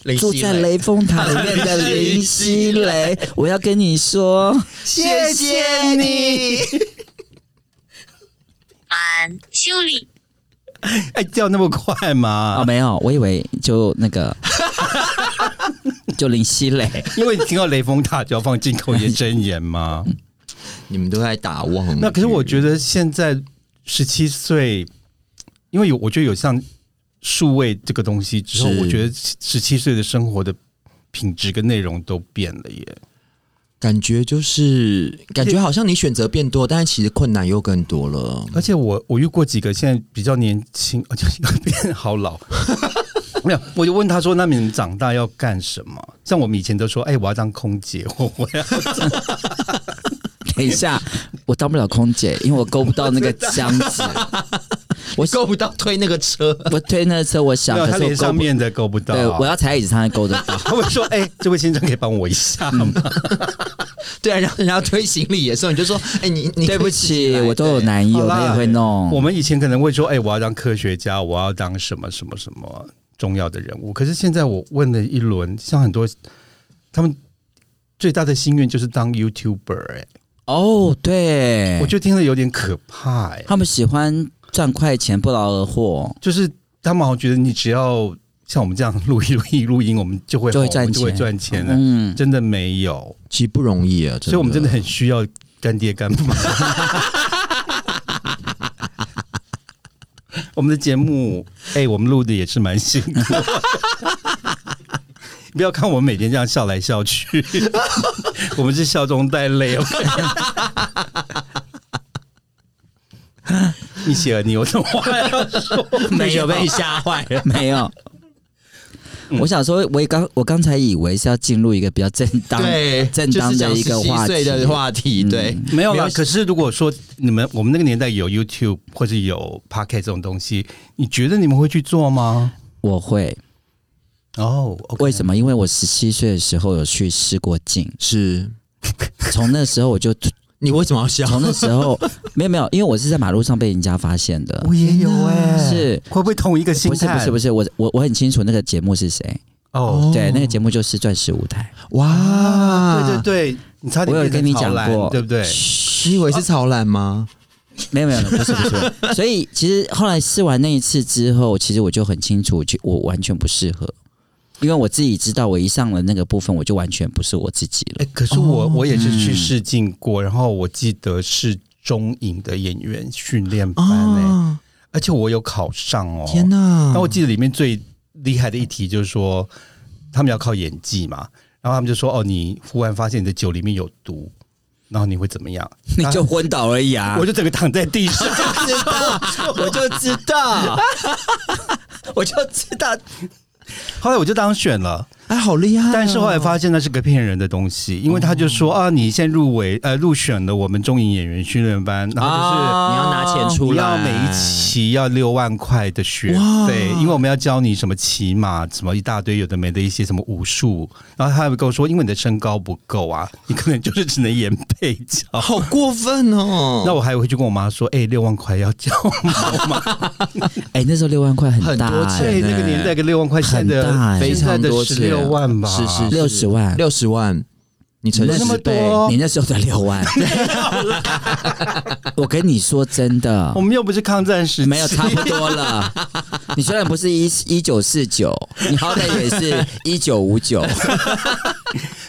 Speaker 3: 林
Speaker 2: 住
Speaker 3: 熙
Speaker 2: 在
Speaker 3: 蕾，
Speaker 2: 雷峰塔里面
Speaker 1: [LAUGHS]
Speaker 2: 的林熙蕾，我要跟你说，
Speaker 1: 谢谢你。
Speaker 4: 安修理
Speaker 1: [LAUGHS] 哎，叫那么快吗？
Speaker 2: [LAUGHS] 哦，没有，我以为就那个，就林熙蕾，
Speaker 1: 因为你听到雷峰塔就要放进口业真言嘛。
Speaker 3: 你们都在打
Speaker 2: 嗯
Speaker 3: 望。
Speaker 1: 那可是我觉得现在十七岁，因为有我觉得有像数位这个东西之后，
Speaker 3: 是
Speaker 1: 我觉得十七岁的生活的品质跟内容都变了耶。
Speaker 2: 嗯
Speaker 3: 感觉就是感觉好像你选择变多，但是其实困难又更多了。
Speaker 1: 而且我我遇过几个现在比较年轻，而且变好
Speaker 2: [LAUGHS]
Speaker 1: 老。没有，我就问他说：“那你们长大要干什么？”像我们以前都说：“哎、我要当空姐，我我要
Speaker 2: 等一下，我当不了空姐，因为我勾不到那个箱子，
Speaker 3: 我够不到推那个车， [LAUGHS]
Speaker 2: 我推那个车，我想，
Speaker 1: 没有
Speaker 2: 可
Speaker 1: 他
Speaker 2: 是
Speaker 1: 连
Speaker 2: 我勾
Speaker 1: 上
Speaker 2: 不，
Speaker 1: 面的够不到。”啊
Speaker 2: 对，我要踩在椅子上才
Speaker 1: [LAUGHS]
Speaker 2: 勾得到。
Speaker 1: 他会说：“哎、这位先生可以帮我一下吗？”
Speaker 3: 对啊，然后人家推行李的时候，你就 [LAUGHS] 说：“哎、你你
Speaker 2: 对不起，我都有
Speaker 3: 难。
Speaker 2: 男友，
Speaker 1: 好啦
Speaker 2: 他也会弄。
Speaker 1: 我们以前可能会说，哎、我要当科学家，我要当什么什么什么重要的人物。可是现在我问了一轮，像很多他们最大的心愿就是当 YouTuber，哎、
Speaker 2: 哦，对，
Speaker 1: 我就听了有点可怕、哎，
Speaker 2: 他们喜欢赚快钱，不劳而获。
Speaker 1: 就是他们好像觉得你只要像我们这样录一录一录音，我们就会
Speaker 2: 就会
Speaker 1: 红
Speaker 2: 赚
Speaker 1: 我们就会
Speaker 2: 钱
Speaker 1: 赚钱了。
Speaker 2: 嗯，
Speaker 1: 真的没有，
Speaker 3: 其实不容易啊，
Speaker 1: 所以我们
Speaker 3: [LAUGHS]
Speaker 1: 真的很需要干爹干 [LAUGHS] 妈。我们的节目，哎、我们录的也是蛮辛苦 [LAUGHS] 的。不要看我们每天这样笑来笑去， [LAUGHS] 我们是笑中带泪。 [LAUGHS] 你写了，你有什么话要说？
Speaker 2: 没有被
Speaker 3: 吓坏了。
Speaker 2: [LAUGHS] 没有。我想说，我也刚我刚才以为是要进入一个比较正当、
Speaker 3: 对，
Speaker 2: [LAUGHS] 正当的一个话
Speaker 3: 就是
Speaker 2: 题嗯
Speaker 3: 讲17岁的话题，对，
Speaker 1: 没有啦。可是如果说你们我们那个年代有 YouTube 或者有 Pocket 这种东西，你觉得你们会去做吗？
Speaker 2: 我会
Speaker 1: 哦、
Speaker 2: 为什么？因为我十七岁的时候有去试过镜，
Speaker 3: 是
Speaker 2: 从那时候我就 [LAUGHS]
Speaker 3: 你为什么要笑？
Speaker 2: 从那时候没有没有，因为我是在马路上被人家发现的
Speaker 1: 我。也有哎、
Speaker 2: 是
Speaker 1: 会不会同一个心
Speaker 2: 不是
Speaker 1: 态？
Speaker 2: 不是不是，我我我很清楚那个节目是谁，
Speaker 1: 哦，
Speaker 2: 对，那个节目就是《钻石舞台
Speaker 3: 哇，
Speaker 1: 对对对，你差点
Speaker 2: 我有
Speaker 1: 变成
Speaker 2: 跟你
Speaker 1: 曹
Speaker 2: 讲
Speaker 1: 兰
Speaker 2: 过
Speaker 1: 对不对？》，
Speaker 3: 你以为是曹兰吗？
Speaker 2: 没有没有，没有不是不 [LAUGHS] 是。所以其实后来试完那一次之后，其实我就很清楚，就我完全不适合，因为我自己知道，我一上了那个部分，我就完全不是我自己了。
Speaker 1: 哎，可是我、我也是去试镜过，然后我记得是中影的演员训练班哎、
Speaker 3: 啊，
Speaker 1: 而且我有考上哦。
Speaker 3: 天！哪！
Speaker 1: 但我记得里面最厉害的一题就是说，他们要靠演技嘛，然后他们就说：“哦，你忽然发现你的酒里面有毒，然后你会怎么样？”
Speaker 2: 你就昏倒而已
Speaker 3: [LAUGHS]
Speaker 2: 啊！
Speaker 1: 我就整个躺在地 [LAUGHS] 上，
Speaker 2: 我就知
Speaker 3: [LAUGHS]
Speaker 2: 道，我就知道，
Speaker 1: 后来我就当选了。
Speaker 3: 哎，好厉害哦！
Speaker 1: 但是后来发现那是个骗人的东西，因为他就说、
Speaker 3: 哦
Speaker 1: 啊，你现在入围呃入选了我们中影演员训练班，然后
Speaker 3: 你要拿钱
Speaker 1: 就是
Speaker 3: 出
Speaker 1: 你
Speaker 3: 来，
Speaker 1: 啊要每一期要六万块的学
Speaker 3: 哇
Speaker 1: 费，因为我们要教你什么骑马，什么一大堆有的没的一些什么武术，然后他还会跟我说，因为你的身高不够啊，你可能就是只能演配
Speaker 3: [LAUGHS]
Speaker 1: 角。
Speaker 3: 好过分哦！
Speaker 1: 那我还会去跟我妈说，哎、六万块要交吗？
Speaker 2: 哎、那时候六万块很
Speaker 3: 很
Speaker 2: 大、哎
Speaker 3: 多
Speaker 1: 对、
Speaker 3: 钱
Speaker 1: 那个年代跟六万块现在
Speaker 2: 很大
Speaker 1: 的现
Speaker 2: 哎
Speaker 3: 哎非
Speaker 1: 在
Speaker 3: 常
Speaker 1: 的
Speaker 3: 多
Speaker 1: 十
Speaker 3: 钱
Speaker 1: 六万吧，
Speaker 3: 是是
Speaker 2: 六十万，
Speaker 3: 六十万，你乘
Speaker 1: 那么
Speaker 3: 十倍，
Speaker 1: 多
Speaker 2: 你那时候才六 [LAUGHS] 万。我跟你说真的
Speaker 1: 我，们又不是抗战时期，
Speaker 2: 没有差不多 [LAUGHS] 了。你虽然不是一一九四九，你好歹也是一九五九。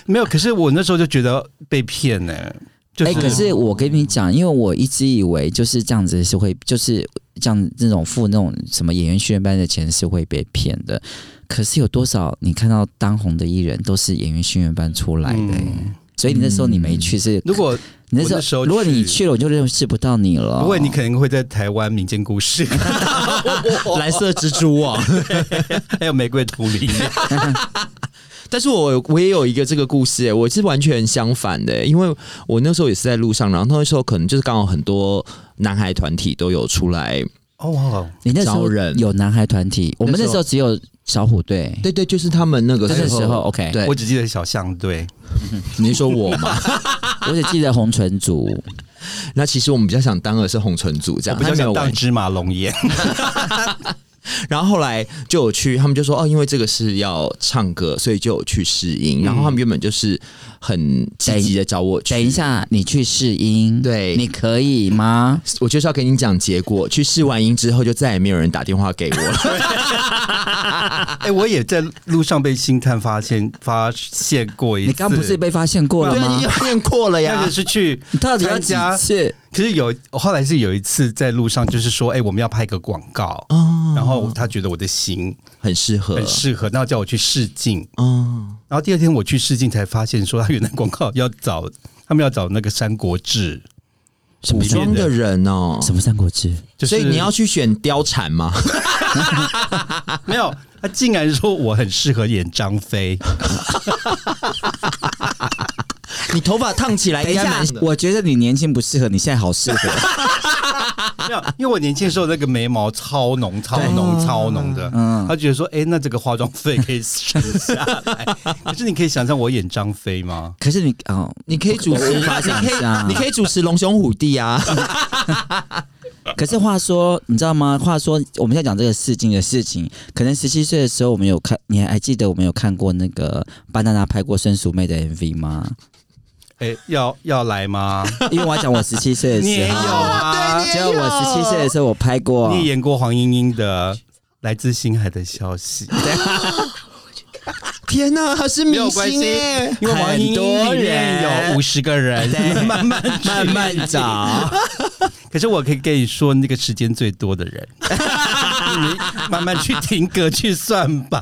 Speaker 1: 没有，可是我那时候就觉得被骗欸呢、就是、
Speaker 2: 哎哎、可是我跟你讲，因为我一直以为就是这样子是会，就是像这种付那种什么演员训练班的钱是会被骗的。可是有多少你看到当红的艺人都是演员训练班出来的欸、
Speaker 1: 嗯
Speaker 2: 所以你那时候你没去是，
Speaker 1: 如果
Speaker 2: 你
Speaker 1: 我
Speaker 2: 那
Speaker 1: 那时
Speaker 2: 时候
Speaker 1: 候
Speaker 2: 如果你
Speaker 1: 去
Speaker 2: 去了，我就认识不到你了。
Speaker 1: 不会，你可能会在台湾民间故
Speaker 2: [LAUGHS]
Speaker 1: 事，
Speaker 3: 蓝色蜘蛛网。 [LAUGHS]
Speaker 1: 还有玫瑰图林。
Speaker 3: 但是我我也有一个这个故事哎、我是完全相反的、因为我那时候也是在路上，然后那时候可能就是刚好很多男孩团体都有出来，
Speaker 1: [LAUGHS] 哦，哇
Speaker 2: 你那时候
Speaker 3: 招人
Speaker 2: 有男孩团体，我们那时候只有小虎队。
Speaker 3: 对对，就是他们那个
Speaker 2: 那个时候，OK，
Speaker 3: 对
Speaker 1: 我只记得小象队，
Speaker 3: 你是说我嘛？
Speaker 2: 我只记得红唇
Speaker 1: [LAUGHS]
Speaker 2: 族，
Speaker 3: [LAUGHS] 那其实我们比较想当的是红唇组这
Speaker 1: 我
Speaker 3: 样，
Speaker 1: 比较
Speaker 3: 他没有
Speaker 1: 想
Speaker 3: 玩
Speaker 1: 当芝麻龙眼。
Speaker 3: 然后后来就有去，他们就说哦，因为这个是要唱歌，所以就有去试音。然后他们原本就是很积极的找我去。
Speaker 2: 等一，下你去试音，
Speaker 3: 对
Speaker 2: 你可以吗？
Speaker 3: 我就是要跟你讲结果。去试完音之后，就再也没有人打电话给我了。
Speaker 1: 哎，我也在路上被星探发现发现过一次。
Speaker 2: 你刚不是被发现过了
Speaker 3: [LAUGHS] 对啊，
Speaker 2: 吗
Speaker 3: 你？验过了
Speaker 1: 那
Speaker 3: 呀
Speaker 1: 个。是去
Speaker 2: 你到底要
Speaker 1: 参
Speaker 2: 几
Speaker 1: 加
Speaker 2: 次？
Speaker 1: 可是有后来是有一次在路上，就是说，哎、我们要拍个广告，
Speaker 2: 哦
Speaker 1: 然后他觉得我的型
Speaker 3: 哦很适合，
Speaker 1: 很适合，那叫我去试镜。
Speaker 3: 嗯，
Speaker 1: 然后第二天我去试镜才发现，说他原来广告要找他们要找那个三国志，
Speaker 3: 古装的人哦。
Speaker 2: 什么三国志？
Speaker 1: 就是
Speaker 3: 所以你要去选貂蝉吗？
Speaker 1: [LAUGHS] 没有。他竟然说我很适合演张
Speaker 3: [LAUGHS]
Speaker 1: 飞，
Speaker 3: [LAUGHS] 你头发烫起来
Speaker 2: 等
Speaker 3: 应
Speaker 2: 一
Speaker 3: 该
Speaker 2: 下
Speaker 3: 蛮，
Speaker 2: 我觉得你年轻不适合，你现在好适合。
Speaker 1: 没有，因为我年轻的时候那个眉毛超浓、超浓、超浓的，
Speaker 2: 嗯
Speaker 1: 他觉得说，哎、那这个化妆费可以省下来。可是你可以想象我演张飞吗？
Speaker 2: 可是你哦，
Speaker 3: 你可以主持，
Speaker 2: 我无
Speaker 3: 你
Speaker 2: 法想
Speaker 3: 可以
Speaker 2: 象
Speaker 3: 你可以主持龙兄虎弟 [LAUGHS] 啊。
Speaker 2: 可是话说，你知道吗？话说，我们在讲这个试镜的事情，可能十七岁的时候，我们有看，你还记得我们有看过那个巴娜娜拍过孙淑妹的 MV 吗？
Speaker 1: 哎、要要来吗？
Speaker 3: [LAUGHS]
Speaker 2: 因为我要讲我十七岁的
Speaker 1: 你也
Speaker 2: 时
Speaker 1: 有
Speaker 2: 候，
Speaker 1: 啊，
Speaker 2: 就我十七岁的时候，我拍过
Speaker 1: 你也演过黄莺莺的《来自星海的消息》，
Speaker 3: 天哪，他是
Speaker 1: 没有
Speaker 3: 明
Speaker 1: 关系
Speaker 3: 星耶！， [LAUGHS]
Speaker 1: 因为黄莺莺
Speaker 2: 很多
Speaker 1: 里面
Speaker 2: 人
Speaker 1: 有五十个人，慢慢
Speaker 2: 慢慢
Speaker 3: [LAUGHS]
Speaker 2: 找，
Speaker 1: 可是我可以跟你说，那个时间最多的
Speaker 2: [LAUGHS]
Speaker 1: 人，你慢慢去听歌去算吧。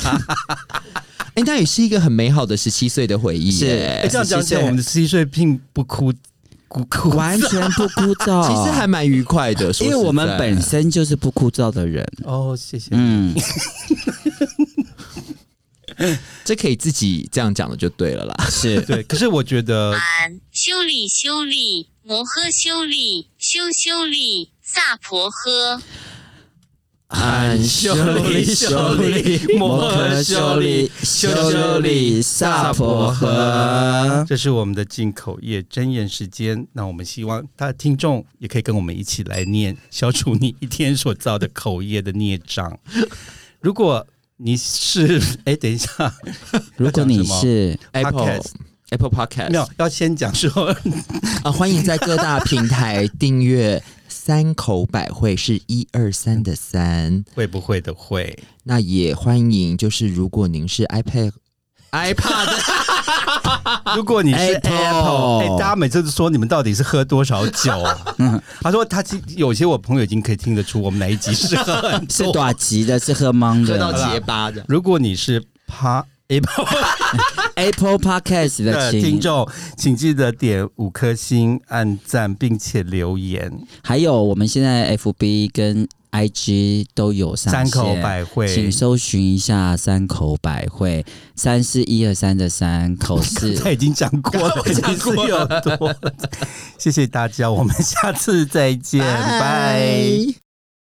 Speaker 3: 哎、那也是一个很美好的十七岁的回忆
Speaker 2: 是
Speaker 3: 耶。
Speaker 1: 哎这样讲起来，我们的十七岁并不枯枯枯
Speaker 2: 完全不枯燥。
Speaker 3: 其实还蛮愉快
Speaker 2: [LAUGHS]
Speaker 3: 的，
Speaker 2: 啊
Speaker 3: 说
Speaker 2: 因为我们
Speaker 3: 实在
Speaker 2: 本身就是不枯燥的人，
Speaker 1: 哦，谢谢。
Speaker 2: 嗯，
Speaker 3: 这可以自己这样讲的就对了啦。
Speaker 2: 是。
Speaker 1: 对，可是我觉得
Speaker 4: 安，修理修理，摩诃修理，修修理，萨婆诃。
Speaker 2: 安修利修利，摩诃修利修修利，萨婆诃。
Speaker 1: 这是我们的进口业真言时间。那我们希望大家听众也可以跟我们一起来念，消除你一天所造的口业的孽障。如果你是哎，等一下，
Speaker 2: 如果你是
Speaker 3: [LAUGHS] Apple
Speaker 1: Podcast
Speaker 3: Apple Podcast
Speaker 1: 没有要先讲说，
Speaker 3: 啊，欢迎在各大平台订阅“三口百会”是一二三
Speaker 2: [LAUGHS]
Speaker 3: 的三。
Speaker 1: [LAUGHS] 会不会的会，
Speaker 3: 那也欢迎，就是如果您是
Speaker 2: [LAUGHS]
Speaker 3: iPad iPad
Speaker 1: [LAUGHS] 如果你是
Speaker 2: Apple
Speaker 1: 哎 Apple，哎，大家每次都说你们到底是喝多少 [LAUGHS] 酒啊？他说他其有些我朋友已经可以听得出我们哪一集是喝 [LAUGHS] 很
Speaker 2: 是
Speaker 1: 多。
Speaker 2: 短级的，是喝懵
Speaker 3: 喝
Speaker 2: 的
Speaker 3: 到结巴的，
Speaker 1: 如果你是趴 Apple。
Speaker 2: Apple Podcast 的
Speaker 1: 的听
Speaker 2: 请，
Speaker 1: 众，请记得点五颗星、按赞，并且留言。
Speaker 2: 还有我们现在 FB 跟 IG 都有上
Speaker 1: 山
Speaker 2: 线
Speaker 1: 口百惠，
Speaker 2: 请搜寻一下山口百惠，三是一二三的三，口是 [LAUGHS]
Speaker 1: 他已经讲过了，已经是 [LAUGHS] 有多了。谢谢大家，我们下次再见，拜。
Speaker 3: 拜。